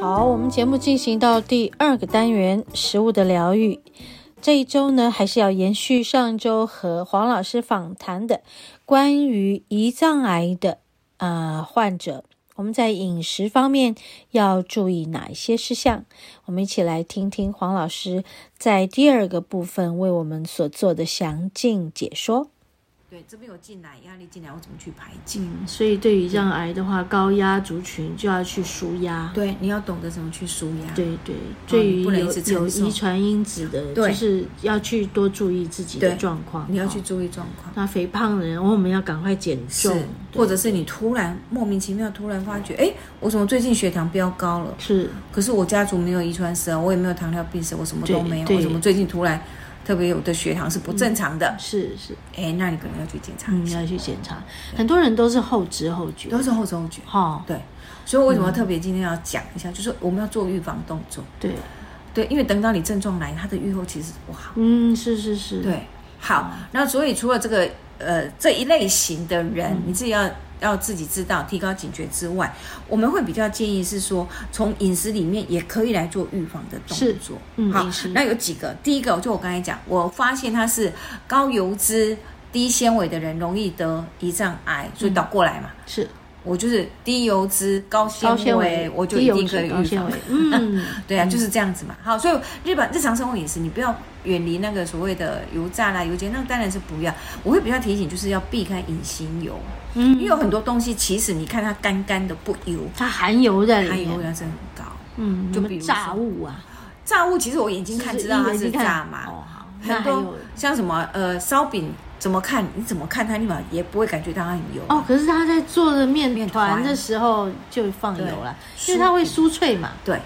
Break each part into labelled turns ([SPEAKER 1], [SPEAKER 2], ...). [SPEAKER 1] 好，我们节目进行到第二个单元——食物的疗愈。这一周呢，还是要延续上周和黄老师访谈的关于胰脏癌的呃患者，我们在饮食方面要注意哪一些事项？我们一起来听听黄老师在第二个部分为我们所做的详尽解说。
[SPEAKER 2] 对，这边有进来压力进来，我怎么去排解？
[SPEAKER 3] 嗯，所以对于这样癌的话，高压族群就要去舒压。
[SPEAKER 2] 对，你要懂得怎么去舒压。
[SPEAKER 3] 对对，对于
[SPEAKER 2] 啊哦不能一
[SPEAKER 3] 有
[SPEAKER 2] 直承
[SPEAKER 3] 有
[SPEAKER 2] 受
[SPEAKER 3] 遗传因子的，
[SPEAKER 2] 对
[SPEAKER 3] 就是要去多注意自己的
[SPEAKER 2] 对
[SPEAKER 3] 状况。
[SPEAKER 2] 你要去
[SPEAKER 3] 哦
[SPEAKER 2] 注意状况。
[SPEAKER 3] 那肥胖的人，哦我们要赶快减
[SPEAKER 2] 是
[SPEAKER 3] 重，对
[SPEAKER 2] 或者是你突然莫名其妙突然发觉，哎，我怎么最近血糖飙高了？
[SPEAKER 3] 是
[SPEAKER 2] 可是我家族没有遗传史啊，我也没有糖尿病史，我什么都
[SPEAKER 3] 对
[SPEAKER 2] 没有，
[SPEAKER 3] 对
[SPEAKER 2] 我怎么最近突然特别我的血糖是不正常的？
[SPEAKER 3] 是是，
[SPEAKER 2] 哎、那你可能要去检查一
[SPEAKER 3] 嗯，
[SPEAKER 2] 下，
[SPEAKER 3] 要去检查。很多人都是后知后觉，
[SPEAKER 2] 都是后知后觉。
[SPEAKER 3] 哈，
[SPEAKER 2] 对，所以为什么特别今天要讲一下，就是我们要做预防动作。
[SPEAKER 3] 对，
[SPEAKER 2] 对，因为等到你症状来，它的预后其实哇，
[SPEAKER 3] 嗯，是是是，
[SPEAKER 2] 对，好，那所以除了这个呃这一类型的人，
[SPEAKER 3] 嗯
[SPEAKER 2] 你自己要要自己知道，提高警觉之外，我们会比较建议是说，从饮食里面也可以来做预防的动
[SPEAKER 3] 是
[SPEAKER 2] 作。
[SPEAKER 3] 嗯
[SPEAKER 2] 好
[SPEAKER 3] 饮食，
[SPEAKER 2] 那有几个，第一个就我刚才讲，我发现它是高油脂、低纤维的人容易得胰脏癌，所以倒过来嘛。
[SPEAKER 3] 是
[SPEAKER 2] 我就是低油脂、高纤
[SPEAKER 3] 嗯高
[SPEAKER 2] 维，
[SPEAKER 3] 纤维，
[SPEAKER 2] 我就
[SPEAKER 3] 低
[SPEAKER 2] 一
[SPEAKER 3] 油
[SPEAKER 2] 定可
[SPEAKER 3] 脂
[SPEAKER 2] 以
[SPEAKER 3] 高
[SPEAKER 2] 预
[SPEAKER 3] 纤
[SPEAKER 2] 防
[SPEAKER 3] 维。， 嗯，
[SPEAKER 2] 对啊，就是这样子嘛。好，所以日本日常生活饮食，你不要远离那个所谓的油炸啦、油煎，那当然是不要。我会比较提醒，就是要避开隐形油，因
[SPEAKER 3] 嗯，
[SPEAKER 2] 为有很多东西其实你看它干干的不油，
[SPEAKER 3] 它含油在里
[SPEAKER 2] 它
[SPEAKER 3] 面，
[SPEAKER 2] 油量是很高。
[SPEAKER 3] 嗯，
[SPEAKER 2] 就
[SPEAKER 3] 什
[SPEAKER 2] 比
[SPEAKER 3] 么
[SPEAKER 2] 如
[SPEAKER 3] 炸
[SPEAKER 2] 说
[SPEAKER 3] 物啊，
[SPEAKER 2] 炸物其实我眼睛看知道它是炸嘛，
[SPEAKER 3] 哦，好，那
[SPEAKER 2] 很
[SPEAKER 3] 还
[SPEAKER 2] 多
[SPEAKER 3] 有
[SPEAKER 2] 像什么呃烧饼，怎么看你怎么看它，立马也不会感觉到它很油。
[SPEAKER 3] 哦，可是他在做的面
[SPEAKER 2] 面团
[SPEAKER 3] 团的时候就放油了，
[SPEAKER 2] 对
[SPEAKER 3] 因为它会酥脆嘛。
[SPEAKER 2] 对，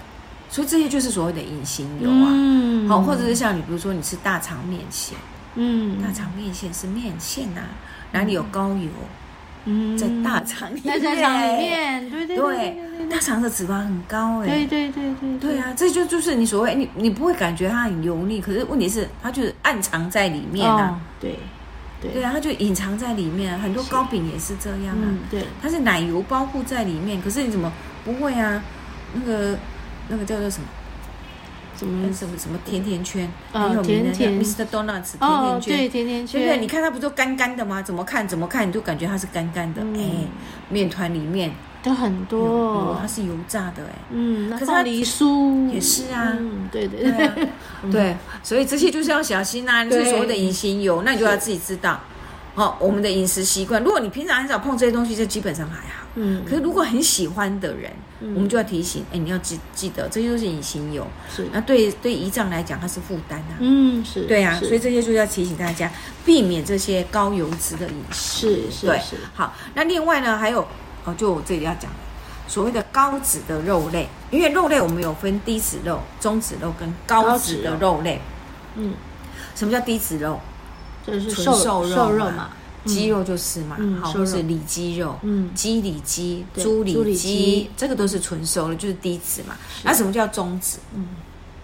[SPEAKER 2] 所以这些就是所谓的隐形油啊。
[SPEAKER 3] 嗯
[SPEAKER 2] 好，或者是像你比如说你吃大肠面线，
[SPEAKER 3] 嗯
[SPEAKER 2] 大肠面线是面线呐、哪里有高油？
[SPEAKER 3] 嗯
[SPEAKER 2] 在大肠里
[SPEAKER 3] 在
[SPEAKER 2] 面，
[SPEAKER 3] 大肠里面，对对
[SPEAKER 2] 对，大肠的脂肪很高哎、
[SPEAKER 3] 对对对对
[SPEAKER 2] 对啊，这就就是你所谓你你不会感觉它很油腻，可是问题是它就是暗藏在里面啊，
[SPEAKER 3] 哦，对对
[SPEAKER 2] 对啊，它就隐藏在里面啊，很多糕饼也是这样啊，
[SPEAKER 3] 嗯对，
[SPEAKER 2] 它是奶油包覆在里面，可是你怎么不会啊？那个那个叫做什么？
[SPEAKER 3] 什
[SPEAKER 2] 那
[SPEAKER 3] 么
[SPEAKER 2] 什么什么甜甜圈，
[SPEAKER 3] 嗯哦
[SPEAKER 2] 很有名的
[SPEAKER 3] 甜甜
[SPEAKER 2] Mr. Donuts 甜甜
[SPEAKER 3] 哦
[SPEAKER 2] 圈，
[SPEAKER 3] 对甜甜
[SPEAKER 2] 对
[SPEAKER 3] 圈，
[SPEAKER 2] 不对？你看它不都干干的吗？怎么看怎么看，你就感觉它是干干的。哎、
[SPEAKER 3] 嗯哦
[SPEAKER 2] 面团里面
[SPEAKER 3] 都很
[SPEAKER 2] 有有
[SPEAKER 3] 多
[SPEAKER 2] 它，是油炸的哎、
[SPEAKER 3] 嗯，那
[SPEAKER 2] 可是它
[SPEAKER 3] 凤梨酥
[SPEAKER 2] 也是啊
[SPEAKER 3] 嗯对对
[SPEAKER 2] 对
[SPEAKER 3] 对
[SPEAKER 2] 啊，
[SPEAKER 3] 嗯
[SPEAKER 2] 对，所以这些就是要小心啦、啊，就是所谓的隐形油，那你就要自己知道。好、我们的饮食习惯，如果你平常很少碰这些东西，就基本上还好。
[SPEAKER 3] 嗯
[SPEAKER 2] 可是如果很喜欢的人，
[SPEAKER 3] 嗯
[SPEAKER 2] 我们就要提醒，哎，你要记记得，这些都是隐形油。
[SPEAKER 3] 是
[SPEAKER 2] 那对对胰脏来讲，它是负担啊。
[SPEAKER 3] 嗯是，
[SPEAKER 2] 对啊，
[SPEAKER 3] 是
[SPEAKER 2] 所以这些就是要提醒大家避免这些高油脂的饮食。
[SPEAKER 3] 是是
[SPEAKER 2] 对
[SPEAKER 3] 是，
[SPEAKER 2] 好，那另外呢，还有哦，就我这里要讲所谓的高脂的肉类，因为肉类我们有分低脂肉、中脂肉跟高脂的肉类。
[SPEAKER 3] 嗯，
[SPEAKER 2] 什么叫低脂肉？
[SPEAKER 3] 就是
[SPEAKER 2] 纯
[SPEAKER 3] 瘦
[SPEAKER 2] 瘦肉
[SPEAKER 3] 瘦肉
[SPEAKER 2] 嘛
[SPEAKER 3] 嘛，
[SPEAKER 2] 鸡肉就是嘛，
[SPEAKER 3] 嗯
[SPEAKER 2] 好，或
[SPEAKER 3] 瘦肉
[SPEAKER 2] 是里脊肉，
[SPEAKER 3] 嗯
[SPEAKER 2] 鸡里脊、
[SPEAKER 3] 对
[SPEAKER 2] 猪
[SPEAKER 3] 猪
[SPEAKER 2] 里
[SPEAKER 3] 里
[SPEAKER 2] 脊
[SPEAKER 3] 脊，
[SPEAKER 2] 这个都是纯熟的，就是低脂嘛。那什么叫中脂？
[SPEAKER 3] 嗯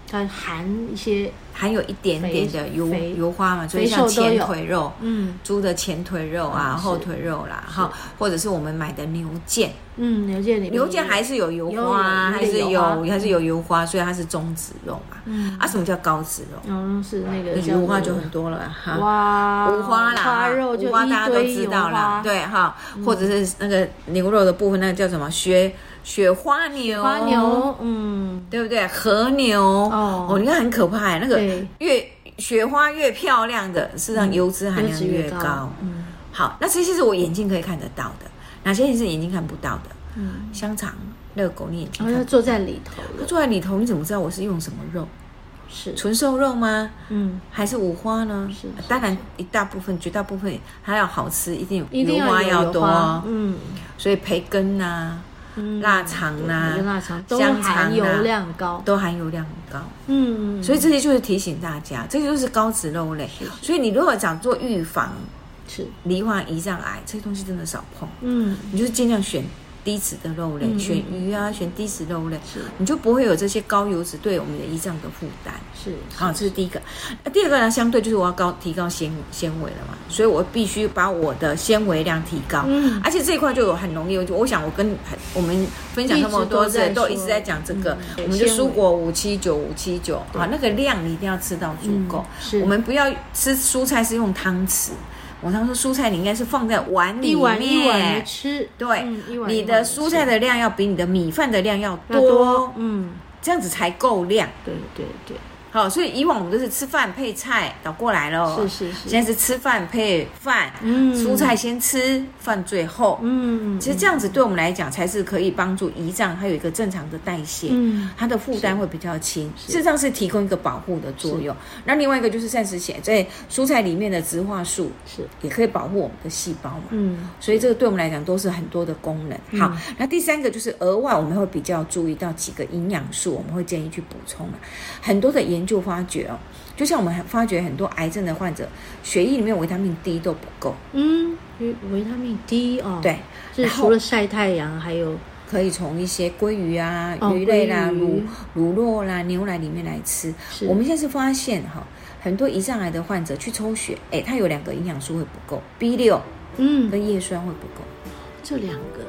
[SPEAKER 3] 它含一些
[SPEAKER 2] 含有一点点的油
[SPEAKER 3] 肥
[SPEAKER 2] 油花嘛，所以
[SPEAKER 3] 肥
[SPEAKER 2] 像
[SPEAKER 3] 瘦都
[SPEAKER 2] 前
[SPEAKER 3] 有
[SPEAKER 2] 腿肉，
[SPEAKER 3] 嗯
[SPEAKER 2] 猪的前腿肉啊、
[SPEAKER 3] 嗯是
[SPEAKER 2] 后腿肉啦，哈，或者是我们买的牛腱，
[SPEAKER 3] 嗯牛腱里面
[SPEAKER 2] 牛腱还是有油花啊，
[SPEAKER 3] 有
[SPEAKER 2] 还是
[SPEAKER 3] 有有
[SPEAKER 2] 有
[SPEAKER 3] 花
[SPEAKER 2] 还是有油花，所以它是中脂肉嘛。
[SPEAKER 3] 嗯
[SPEAKER 2] 啊，什么叫高脂肉？
[SPEAKER 3] 嗯是那个叫
[SPEAKER 2] 油花
[SPEAKER 3] 做
[SPEAKER 2] 就很多了哈。
[SPEAKER 3] 哇
[SPEAKER 2] 五花啦，
[SPEAKER 3] 花肉就
[SPEAKER 2] 五花大家都
[SPEAKER 3] 一
[SPEAKER 2] 知
[SPEAKER 3] 堆
[SPEAKER 2] 道啦，
[SPEAKER 3] 油花嗯
[SPEAKER 2] 对哈，或者是那个牛肉的部分，那个叫什么雪雪花牛，
[SPEAKER 3] 花牛嗯
[SPEAKER 2] 对不对？和牛哦
[SPEAKER 3] 哦
[SPEAKER 2] 你看很可怕欸耶，那个
[SPEAKER 3] 对嗯
[SPEAKER 2] 越雪花越漂亮的，事实上油脂含
[SPEAKER 3] 油
[SPEAKER 2] 量
[SPEAKER 3] 脂
[SPEAKER 2] 越
[SPEAKER 3] 越高
[SPEAKER 2] 高。
[SPEAKER 3] 嗯
[SPEAKER 2] 好，那这些是我眼睛可以看得到的，哪些是眼睛看不到的？
[SPEAKER 3] 嗯，
[SPEAKER 2] 香肠、热狗，你眼睛
[SPEAKER 3] 然后
[SPEAKER 2] 看
[SPEAKER 3] 要
[SPEAKER 2] 不到。
[SPEAKER 3] 坐在里头
[SPEAKER 2] 它
[SPEAKER 3] 了
[SPEAKER 2] 坐在里头，你怎么知道我是用什么肉？
[SPEAKER 3] 是
[SPEAKER 2] 纯瘦肉吗？
[SPEAKER 3] 嗯
[SPEAKER 2] 还是五花呢？
[SPEAKER 3] 是是
[SPEAKER 2] 当然，一大部分、绝大部分还要好吃，一定有
[SPEAKER 3] 一定
[SPEAKER 2] 油
[SPEAKER 3] 要
[SPEAKER 2] 花
[SPEAKER 3] 有
[SPEAKER 2] 要
[SPEAKER 3] 油
[SPEAKER 2] 多
[SPEAKER 3] 花
[SPEAKER 2] 哦。
[SPEAKER 3] 嗯
[SPEAKER 2] 所以培根呐、腊肠啦
[SPEAKER 1] 有、腊肠都
[SPEAKER 2] 香肠
[SPEAKER 1] 含油
[SPEAKER 2] 啦
[SPEAKER 1] 量高，
[SPEAKER 2] 都含油量很高。
[SPEAKER 1] 嗯，
[SPEAKER 2] 所以这些就是提醒大家，这就是高脂肉类。所以你如果想做预防
[SPEAKER 1] 是，
[SPEAKER 2] 罹患胰脏癌，这些东西真的少碰，
[SPEAKER 1] 嗯，
[SPEAKER 2] 你就是尽量选低脂的肉类，
[SPEAKER 1] 嗯嗯
[SPEAKER 2] 选鱼啊，选低脂肉类，
[SPEAKER 1] 是
[SPEAKER 2] 你就不会有这些高油脂对我们的胰脏的负担。
[SPEAKER 1] 是，
[SPEAKER 2] 好，啊这是第一个。那第二个呢，相对就是我要高提高纤纤维了嘛，所以我必须把我的纤维量提高。
[SPEAKER 1] 嗯
[SPEAKER 2] 而且这一块就有很容易，我想我跟我们分享那么多次
[SPEAKER 1] 一直，都在说
[SPEAKER 2] 都一直在讲这个，
[SPEAKER 1] 嗯
[SPEAKER 2] 我们就
[SPEAKER 1] 纤维
[SPEAKER 2] 蔬果五七九五七九啊，那个量你一定要吃到足够。
[SPEAKER 1] 嗯是
[SPEAKER 2] 我们不要吃蔬菜是用汤匙，我常说蔬菜你应该是放在碗里
[SPEAKER 1] 一碗一碗
[SPEAKER 2] 面
[SPEAKER 1] 的，吃，
[SPEAKER 2] 对
[SPEAKER 1] 嗯一碗一碗
[SPEAKER 2] 你的蔬菜
[SPEAKER 1] 的
[SPEAKER 2] 的量要比你的米饭的量要
[SPEAKER 1] 吃要
[SPEAKER 2] 多，
[SPEAKER 1] 嗯，
[SPEAKER 2] 这样子才够量。
[SPEAKER 1] 对对对，
[SPEAKER 2] 好，所以以往我们都是吃饭配菜，倒过来了。
[SPEAKER 1] 是是是
[SPEAKER 2] 哦现在是吃饭配饭，
[SPEAKER 1] 嗯
[SPEAKER 2] 蔬菜先吃，饭最后。
[SPEAKER 1] 嗯，
[SPEAKER 2] 其实这样子对我们来讲，才是可以帮助胰脏还有一个正常的代谢，
[SPEAKER 1] 嗯
[SPEAKER 2] 它的负担会比较轻，
[SPEAKER 1] 是
[SPEAKER 2] 事实上是提供一个保护的作用。那另外一个就是膳食纤在蔬菜里面的植化素
[SPEAKER 1] 是，
[SPEAKER 2] 也可以保护我们的细胞嘛。
[SPEAKER 1] 嗯
[SPEAKER 2] 所以这个对我们来讲都是很多的功能。好，那第三个就是额外我们会比较注意到几个营养素，我们会建议去补充啊。很多的研究发觉哦，就像我们发觉很多癌症的患者血液里面维他命 D 都不够，
[SPEAKER 1] 嗯，维维他命 D 哦，
[SPEAKER 2] 对，
[SPEAKER 1] 是
[SPEAKER 2] 然后
[SPEAKER 1] 除了晒太阳，还有
[SPEAKER 2] 可以从一些鲑鱼啊、
[SPEAKER 1] 哦
[SPEAKER 2] 鱼类啦、
[SPEAKER 1] 鲑
[SPEAKER 2] 乳
[SPEAKER 1] 鱼
[SPEAKER 2] 乳酪啦、牛奶里面来吃。
[SPEAKER 1] 是
[SPEAKER 2] 我们现在是发现哈、很多胰脏癌的患者去抽血，哎，它有两个营养素会不够，B 六
[SPEAKER 1] 嗯，
[SPEAKER 2] 跟叶酸会不够。
[SPEAKER 1] 这两个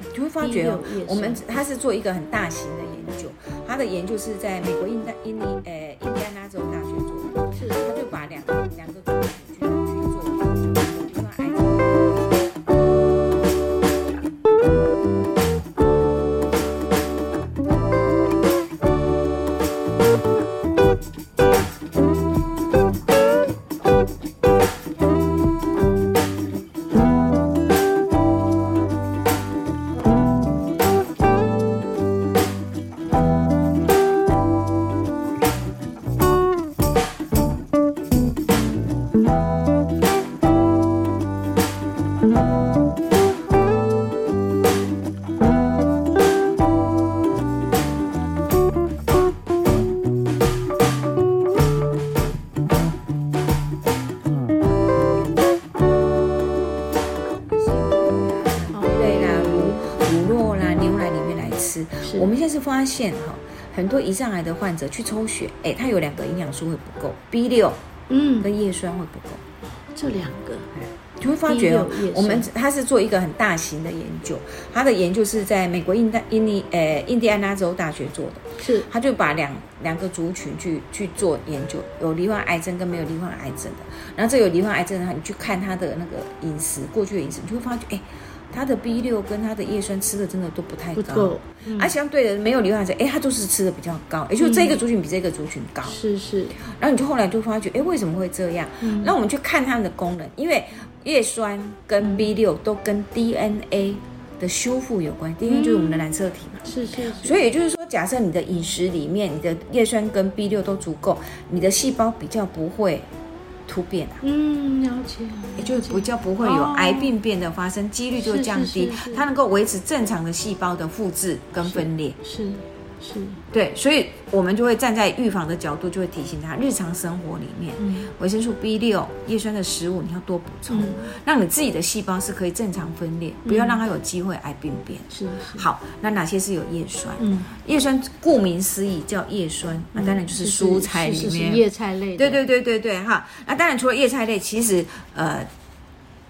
[SPEAKER 2] 你就会发觉哦
[SPEAKER 1] 第六页，是
[SPEAKER 2] 我们它是做一个很大型的研究，它的研究是在美国印第印第呃印第安纳州大学做的，
[SPEAKER 1] 是
[SPEAKER 2] 他就把两个两个族群去去做研究，就说癌症。
[SPEAKER 1] 哦
[SPEAKER 2] 鱼啊类啦、乳乳酪啦、牛奶里面来吃
[SPEAKER 1] 是。
[SPEAKER 2] 我们现在是发现哈、很多胰脏癌的患者去抽血，哎，它有两个营养素会不够，B 六
[SPEAKER 1] 嗯，
[SPEAKER 2] 跟叶酸会不够。
[SPEAKER 1] 这两个
[SPEAKER 2] 你会发觉哦
[SPEAKER 1] 第六页，
[SPEAKER 2] 我们
[SPEAKER 1] 是
[SPEAKER 2] 它是做一个很大型的研究，它的研究是在美国印第印第呃印第安纳州大学做的，
[SPEAKER 1] 是
[SPEAKER 2] 他就把两两个族群去去做研究，有罹患癌症跟没有罹患癌症的。然后这有罹患癌症的，你去看他的那个饮食，过去的饮食，你就会发觉，哎，他的 B 六跟他的叶酸吃的真的都不太
[SPEAKER 1] 不
[SPEAKER 2] 高，
[SPEAKER 1] 够，嗯
[SPEAKER 2] 而相对的没有罹患癌症，哎，他就是吃的比较高，也就是这个族群比这个族群高。
[SPEAKER 3] 嗯
[SPEAKER 1] 是是，嗯
[SPEAKER 2] 然后你就后来就发觉，哎，为什么会这样？
[SPEAKER 3] 嗯
[SPEAKER 2] 那我们去看它们的功能，因为叶酸跟 B 六都跟 DNA 的修复有关、d n a 就是我们的染色体嘛。
[SPEAKER 1] 是是是，
[SPEAKER 2] 所以也就是说，假设你的饮食里面，你的叶酸跟 B 六都足够，你的细胞比较不会突变啊，
[SPEAKER 1] 嗯，了解，
[SPEAKER 2] 也就是比较不会有
[SPEAKER 1] 哦
[SPEAKER 2] 癌病变的发生，几率就会降低
[SPEAKER 1] 是是是是，
[SPEAKER 2] 它能够维持正常的细胞的复制跟分裂。
[SPEAKER 1] 是是，
[SPEAKER 2] 对，所以我们就会站在预防的角度，就会提醒他日常生活里面，
[SPEAKER 1] 嗯
[SPEAKER 2] 维生素 B 六、叶酸的食物你要多补充，
[SPEAKER 1] 嗯
[SPEAKER 2] 让你自己的细胞是可以正常分裂，不要让它有机会癌病变。
[SPEAKER 1] 是是，
[SPEAKER 2] 好，那哪些是有叶酸？
[SPEAKER 1] 嗯，
[SPEAKER 2] 叶酸顾名思义叫叶酸，那、当然就是蔬菜里
[SPEAKER 1] 是是是
[SPEAKER 2] 面。
[SPEAKER 1] 叶菜类的，
[SPEAKER 2] 对对对对对哈，那当然除了叶菜类，其实呃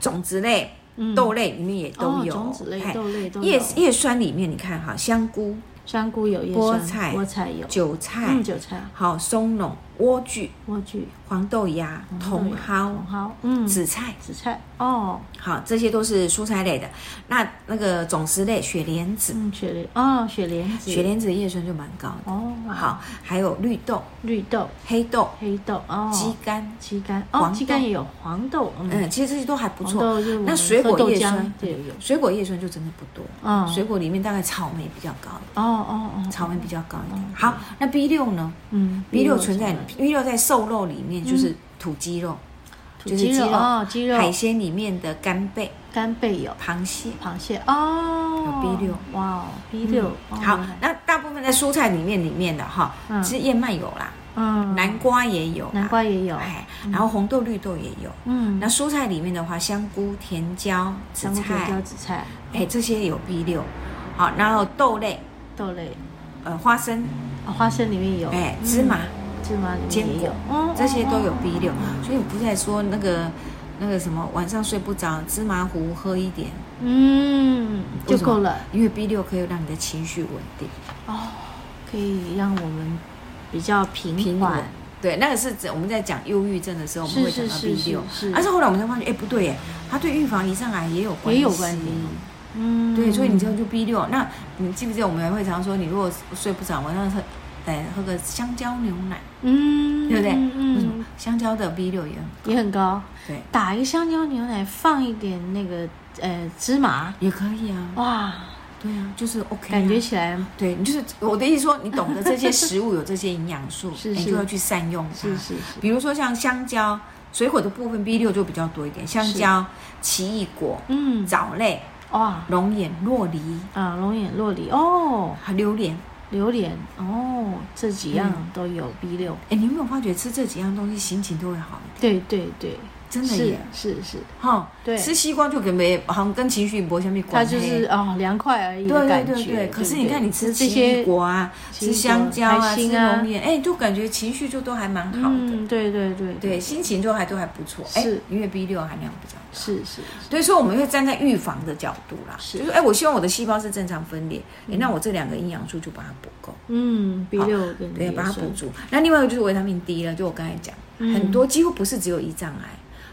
[SPEAKER 2] 种子类、
[SPEAKER 1] 嗯
[SPEAKER 2] 豆类里面也都
[SPEAKER 1] 哦
[SPEAKER 2] 有。
[SPEAKER 1] 种子类
[SPEAKER 2] 嘿
[SPEAKER 1] 豆类都有
[SPEAKER 2] 叶叶酸里面你看哈，香菇、
[SPEAKER 1] 香菇有叶
[SPEAKER 2] 菠
[SPEAKER 1] 酸
[SPEAKER 2] 菜
[SPEAKER 1] 菠菜有，
[SPEAKER 2] 韭菜，
[SPEAKER 1] 嗯，韭菜、
[SPEAKER 2] 好松茸、莴苣、
[SPEAKER 1] 莴苣、
[SPEAKER 2] 黄豆芽、茼
[SPEAKER 1] 对
[SPEAKER 2] 蒿、
[SPEAKER 1] 茼蒿，嗯，
[SPEAKER 2] 紫菜，
[SPEAKER 1] 紫菜哦，
[SPEAKER 2] 好，这些都是蔬菜类的。那那个种子类，雪莲子，
[SPEAKER 1] 嗯，雪莲哦，雪莲子，
[SPEAKER 2] 雪莲子的叶酸就蛮高的。
[SPEAKER 1] 哦，
[SPEAKER 2] 好，还有绿豆、
[SPEAKER 1] 绿豆、
[SPEAKER 2] 黑豆、
[SPEAKER 1] 黑豆哦，
[SPEAKER 2] 鸡肝，
[SPEAKER 1] 鸡肝
[SPEAKER 2] 黄
[SPEAKER 1] 哦，
[SPEAKER 2] 豆
[SPEAKER 1] 鸡肝也有黄豆，
[SPEAKER 2] 嗯，其实这些都还不
[SPEAKER 1] 黄
[SPEAKER 2] 错
[SPEAKER 1] 豆就是我。们
[SPEAKER 2] 那水果叶
[SPEAKER 1] 喝豆
[SPEAKER 2] 酸
[SPEAKER 1] 浆也有，
[SPEAKER 2] 水果叶酸就真的不多。
[SPEAKER 1] 嗯
[SPEAKER 2] 水果里面大概草莓比较高，
[SPEAKER 1] 哦哦
[SPEAKER 3] 嗯
[SPEAKER 1] 哦，
[SPEAKER 2] 草莓比较高一点。好，那 B 六呢
[SPEAKER 1] 嗯
[SPEAKER 2] ？B 六
[SPEAKER 1] 存
[SPEAKER 2] 存在
[SPEAKER 1] 在
[SPEAKER 2] B 六在瘦肉里面就是土鸡肉，就是
[SPEAKER 3] 鸡
[SPEAKER 2] 鸡
[SPEAKER 3] 肉
[SPEAKER 2] 肉、
[SPEAKER 3] 哦鸡嗯肉
[SPEAKER 2] 海鲜里面的干贝、
[SPEAKER 3] 干贝有
[SPEAKER 2] 螃蟹。
[SPEAKER 3] 螃蟹哦
[SPEAKER 2] 有 B6
[SPEAKER 3] 哇哦 B 六、哦
[SPEAKER 2] 嗯好
[SPEAKER 3] 原来，
[SPEAKER 2] 那大部分在蔬菜里面里面的哈
[SPEAKER 3] 嗯，
[SPEAKER 2] 其实燕麦有啦，
[SPEAKER 3] 嗯
[SPEAKER 2] 南瓜也有啦，
[SPEAKER 3] 南瓜也有
[SPEAKER 2] 哎，然后红豆、绿豆也有。
[SPEAKER 3] 嗯
[SPEAKER 2] 那蔬菜里面的话，香菇、甜椒、紫
[SPEAKER 3] 香菇甜椒
[SPEAKER 2] 菜，
[SPEAKER 3] 紫菜
[SPEAKER 2] 哎，这些有 B 六。好，然后豆类，
[SPEAKER 3] 豆类
[SPEAKER 2] 呃，花生，
[SPEAKER 3] 啊花生里面有
[SPEAKER 2] 哎，
[SPEAKER 3] 嗯
[SPEAKER 2] 芝麻，
[SPEAKER 3] 芝麻里
[SPEAKER 2] 坚
[SPEAKER 3] 面也
[SPEAKER 2] 果
[SPEAKER 3] 有哦
[SPEAKER 2] 这些都有
[SPEAKER 3] 哦
[SPEAKER 2] B 六。所以你不是在说那个那个什么晚上睡不着，芝麻糊喝一点
[SPEAKER 3] 哦嗯就
[SPEAKER 2] 为什么
[SPEAKER 3] 够了
[SPEAKER 2] 因为 B 六可以让你的情绪稳定。
[SPEAKER 3] 哦，可以让我们比较平
[SPEAKER 2] 平
[SPEAKER 3] 缓
[SPEAKER 2] 稳。对，那个是指我们在讲忧郁症的时候，我们
[SPEAKER 3] 是
[SPEAKER 2] 会讲到
[SPEAKER 3] 是
[SPEAKER 2] B
[SPEAKER 3] 是
[SPEAKER 2] 六
[SPEAKER 3] 是是，
[SPEAKER 2] 但是后来我们才发觉，哎，不对耶，它对预防胰脏癌也有关
[SPEAKER 3] 也
[SPEAKER 2] 系，
[SPEAKER 3] 有关系。嗯，
[SPEAKER 2] 对，所以你这个就 B 六。那你记不记得我们会常说，你如果睡不着，晚上喝，哎，喝个香蕉牛奶，
[SPEAKER 3] 嗯，
[SPEAKER 2] 对不对？为什
[SPEAKER 3] 嗯
[SPEAKER 2] 么，香蕉的 B 六也很
[SPEAKER 3] 也很高。
[SPEAKER 2] 对，
[SPEAKER 3] 打一个香蕉牛奶，放一点那个呃芝麻，
[SPEAKER 2] 也可以啊。
[SPEAKER 3] 哇，
[SPEAKER 2] 对啊，就是 OK 啊。
[SPEAKER 3] 感觉起来
[SPEAKER 2] 对你就是我的意思说，你懂得这些食物有这些营养素，
[SPEAKER 3] 是
[SPEAKER 2] 你
[SPEAKER 3] 是
[SPEAKER 2] 就要去善用它。
[SPEAKER 3] 是是是
[SPEAKER 2] 比如说像香蕉，水果的部分 B 六就比较多一点，香蕉、奇异果、
[SPEAKER 3] 嗯，
[SPEAKER 2] 藻类、
[SPEAKER 3] 哇
[SPEAKER 2] 龙眼、洛梨、
[SPEAKER 3] 啊，龙眼、洛梨哦，
[SPEAKER 2] 还有榴莲。
[SPEAKER 3] 榴莲哦，这几样
[SPEAKER 2] 嗯
[SPEAKER 3] 都有 B 六。
[SPEAKER 2] 哎，你有没有发觉吃这几样东西心情都会好一点？
[SPEAKER 3] 对对对，
[SPEAKER 2] 真的
[SPEAKER 3] 是
[SPEAKER 2] 耶，
[SPEAKER 3] 是是，
[SPEAKER 2] 哈，
[SPEAKER 3] 对
[SPEAKER 2] 吃西瓜就跟没好像跟情绪没什么
[SPEAKER 3] 它
[SPEAKER 2] 关系。
[SPEAKER 3] 就是哦凉快而已
[SPEAKER 2] 对
[SPEAKER 3] 的
[SPEAKER 2] 对
[SPEAKER 3] 感
[SPEAKER 2] 对
[SPEAKER 3] 觉。
[SPEAKER 2] 对，可是你看你吃
[SPEAKER 3] 这
[SPEAKER 2] 奇异
[SPEAKER 3] 些
[SPEAKER 2] 果啊，
[SPEAKER 3] 奇异
[SPEAKER 2] 吃
[SPEAKER 3] 果
[SPEAKER 2] 香蕉啊，
[SPEAKER 3] 开
[SPEAKER 2] 吃
[SPEAKER 3] 心啊
[SPEAKER 2] 龙眼，哎，就感觉情绪就都还蛮好的。
[SPEAKER 3] 嗯，对对对
[SPEAKER 2] 对，，心情都还都还不错。哎
[SPEAKER 3] 是，
[SPEAKER 2] 因为 B 六含量比较高，
[SPEAKER 3] 是是
[SPEAKER 2] 所以说我们会站在预防的角度啦，
[SPEAKER 3] 是
[SPEAKER 2] 就是哎，我希望我的细胞是正常分裂，哎，那我这两个营养素就把它补够，
[SPEAKER 3] 嗯，B 六跟
[SPEAKER 2] 对，
[SPEAKER 3] 维
[SPEAKER 2] 把它
[SPEAKER 3] 生
[SPEAKER 2] 补足。那另外一个就是维他命 D 了，就我刚才讲，
[SPEAKER 3] 嗯
[SPEAKER 2] 很多几乎不是只有胰脏癌。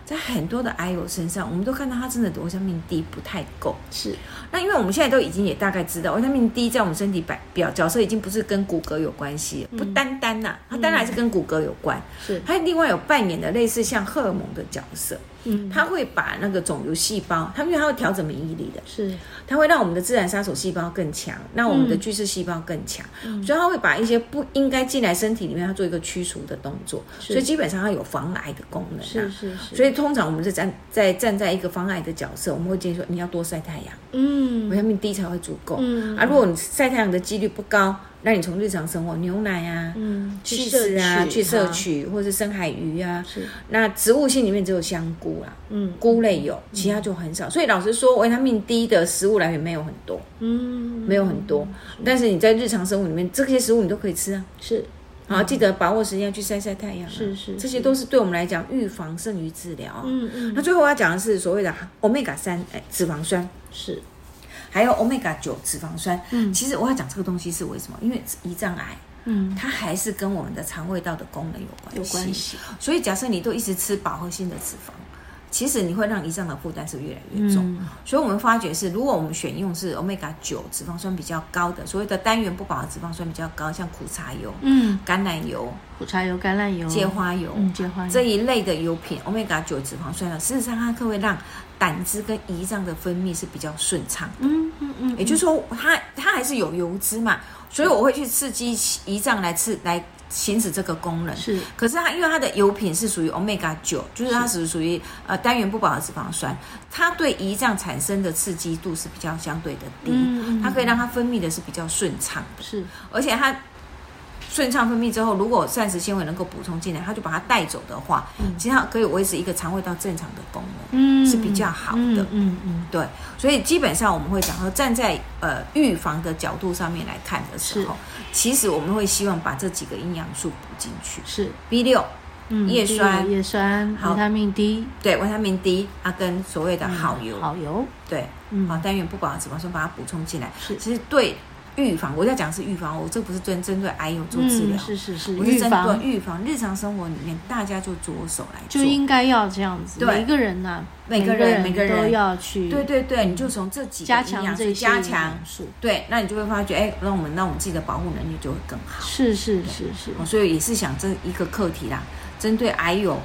[SPEAKER 2] 在很多的癌友身上，我们都看到它真的维他命 D 不太够。
[SPEAKER 3] 是
[SPEAKER 2] 那因为我们现在都已经也大概知道，维他命 D 在我们身体表表角色已经不是跟骨骼有关系
[SPEAKER 3] 嗯
[SPEAKER 2] 了，不单单呐、它当然还是跟骨骼有关。
[SPEAKER 3] 是，
[SPEAKER 2] 它另外有扮演的类似像荷尔蒙的角色，
[SPEAKER 3] 嗯，
[SPEAKER 2] 它会把那个肿瘤细胞，它因为它会调整免疫力的，
[SPEAKER 3] 是
[SPEAKER 2] 它会让我们的自然杀手细胞更强，让我们的
[SPEAKER 3] 嗯
[SPEAKER 2] 巨噬细胞更强，所以它会把一些不应该进来身体里面，它做一个驱除的动作，
[SPEAKER 3] 是
[SPEAKER 2] 所以基本上它有防癌的功能、啊。
[SPEAKER 3] 是是是，
[SPEAKER 2] 所
[SPEAKER 3] 以
[SPEAKER 2] 以通常我们是站在站在一个防癌的角色，我们会建议说你要多晒太阳，维
[SPEAKER 3] 嗯
[SPEAKER 2] 他命 D 才会足够。
[SPEAKER 3] 嗯
[SPEAKER 2] 啊，如果你晒太阳的几率不高，那你从日常生活牛奶啊、
[SPEAKER 3] 嗯，
[SPEAKER 2] 去食啊、去摄
[SPEAKER 3] 它，
[SPEAKER 2] 取，或是深海鱼啊，
[SPEAKER 3] 是
[SPEAKER 2] 那植物性里面只有香菇啊啦、
[SPEAKER 3] 嗯
[SPEAKER 2] 菇类有，其他就很少。所以老实说，维他命 D 的食物来源没有很多，
[SPEAKER 3] 嗯
[SPEAKER 2] 没有很多。但是你在日常生活里面，这些食物你都可以吃啊。
[SPEAKER 3] 是
[SPEAKER 2] 好，记得把握时间要去晒晒太阳、啊。
[SPEAKER 3] 嗯是是
[SPEAKER 2] 这些都是对我们来讲预防胜于治疗啊。
[SPEAKER 3] 嗯嗯
[SPEAKER 2] 那最后我要讲的是所谓的 omega 三哎脂肪酸，
[SPEAKER 3] 是
[SPEAKER 2] 还有 omega 九脂肪酸。
[SPEAKER 3] 嗯
[SPEAKER 2] 其实我要讲这个东西是为什么？因为胰脏癌
[SPEAKER 3] 嗯
[SPEAKER 2] 它还是跟我们的肠胃道的功能有关系。
[SPEAKER 3] 有关系，
[SPEAKER 2] 所以假设你都一直吃饱和性的脂肪，其实你会让胰脏的啊负担是越来越重。
[SPEAKER 3] 嗯
[SPEAKER 2] 所以我们发觉是，如果我们选用是 omega 九脂肪酸比较高的，所谓的单元不饱和脂肪酸比较高，像苦茶油、
[SPEAKER 3] 嗯，
[SPEAKER 2] 橄榄油、
[SPEAKER 3] 苦茶油、橄榄油、
[SPEAKER 2] 芥花油。
[SPEAKER 3] 嗯芥花油
[SPEAKER 2] 这一类的油品，omega 九脂肪酸呢，事实上它可会让胆汁跟胰脏的分泌是比较顺畅的
[SPEAKER 3] 嗯嗯嗯，
[SPEAKER 2] 也就是说它它还是有油脂嘛，所以我会去刺激胰脏来刺来行使这个功能。
[SPEAKER 3] 嗯是
[SPEAKER 2] 可是它因为它的油品是属于 omega 九，就是它是属于呃单元不饱和脂肪酸，它对胰脏产生的刺激度是比较相对的低，
[SPEAKER 3] 嗯嗯
[SPEAKER 2] 它可以让它分泌的是比较顺畅的，
[SPEAKER 3] 是
[SPEAKER 2] 而且它。顺畅分泌之后，如果膳食纤维能够补充进来，它就把它带走的话，其实它可以维持一个肠胃道正常的功能。
[SPEAKER 3] 嗯
[SPEAKER 2] 嗯是比较好的
[SPEAKER 3] 嗯嗯
[SPEAKER 2] 对，所以基本上我们会讲说，站在呃预防的角度上面来看的时候，其实我们会希望把这几个营养素补进去
[SPEAKER 3] 是
[SPEAKER 2] ，B 六，
[SPEAKER 3] 嗯
[SPEAKER 2] 叶
[SPEAKER 3] 第一
[SPEAKER 2] 酸
[SPEAKER 3] 个叶酸、
[SPEAKER 2] 好
[SPEAKER 3] 维他命 D、嗯
[SPEAKER 2] 对，维他命 D，它、跟所谓的好油，
[SPEAKER 3] 好油，
[SPEAKER 2] 对，
[SPEAKER 3] 嗯
[SPEAKER 2] 好单元不饱和脂肪酸把它补充进来，
[SPEAKER 3] 是
[SPEAKER 2] 其实对预防，我在讲的是预防，我这不是针针对癌友做治疗，
[SPEAKER 3] 嗯是是是，
[SPEAKER 2] 我是
[SPEAKER 3] 预
[SPEAKER 2] 针
[SPEAKER 3] 防
[SPEAKER 2] 对预防日常生活里面大家就着手来
[SPEAKER 3] 就
[SPEAKER 2] 做，
[SPEAKER 3] 应该要这样子，
[SPEAKER 2] 对
[SPEAKER 3] 每一个人呐、
[SPEAKER 2] 每个人每个人
[SPEAKER 3] 都要去
[SPEAKER 2] 对对对，你就从这几个
[SPEAKER 3] 加
[SPEAKER 2] 营
[SPEAKER 3] 强
[SPEAKER 2] 养
[SPEAKER 3] 这
[SPEAKER 2] 素
[SPEAKER 3] 些
[SPEAKER 2] 加强。
[SPEAKER 3] 素，
[SPEAKER 2] 对，那你就会发觉，哎，那我们那我们自己的保护能力就会更好。
[SPEAKER 3] 是是是是，
[SPEAKER 2] 哦，所以也是想这一个课题啦，针对癌友，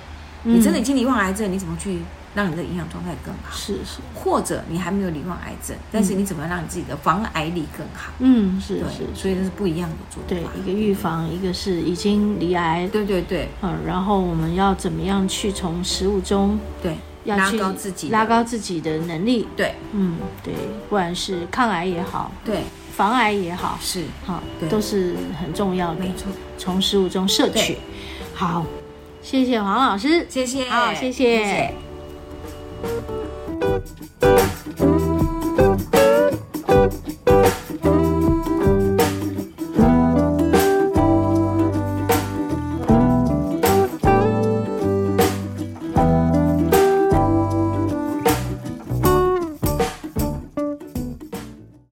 [SPEAKER 3] 嗯
[SPEAKER 2] 你真的已经罹患癌症，你怎么去让你的营养状态更好。
[SPEAKER 3] 是是，
[SPEAKER 2] 或者你还没有罹患癌症，但是你怎么样让你自己的防癌力更好？
[SPEAKER 3] 嗯是
[SPEAKER 2] 对
[SPEAKER 3] 是，，
[SPEAKER 2] 所以这是不一样的做法。
[SPEAKER 3] 对一个预防，一个是已经离癌，
[SPEAKER 2] 对对对
[SPEAKER 3] 嗯，然后我们要怎么样去从食物中
[SPEAKER 2] 对，
[SPEAKER 3] 要
[SPEAKER 2] 拉
[SPEAKER 3] 去
[SPEAKER 2] 高自己的
[SPEAKER 3] 拉高自己的能力，
[SPEAKER 2] 对
[SPEAKER 3] 嗯，对，不管是抗癌也好，
[SPEAKER 2] 对
[SPEAKER 3] 防癌也好，
[SPEAKER 2] 是，
[SPEAKER 3] 好
[SPEAKER 2] 对，
[SPEAKER 3] 都是很重要的
[SPEAKER 2] 没，错。
[SPEAKER 3] 从食物中摄取
[SPEAKER 2] 对。
[SPEAKER 3] 好，谢谢黄老师，
[SPEAKER 2] 谢谢，
[SPEAKER 3] 好谢谢
[SPEAKER 2] 谢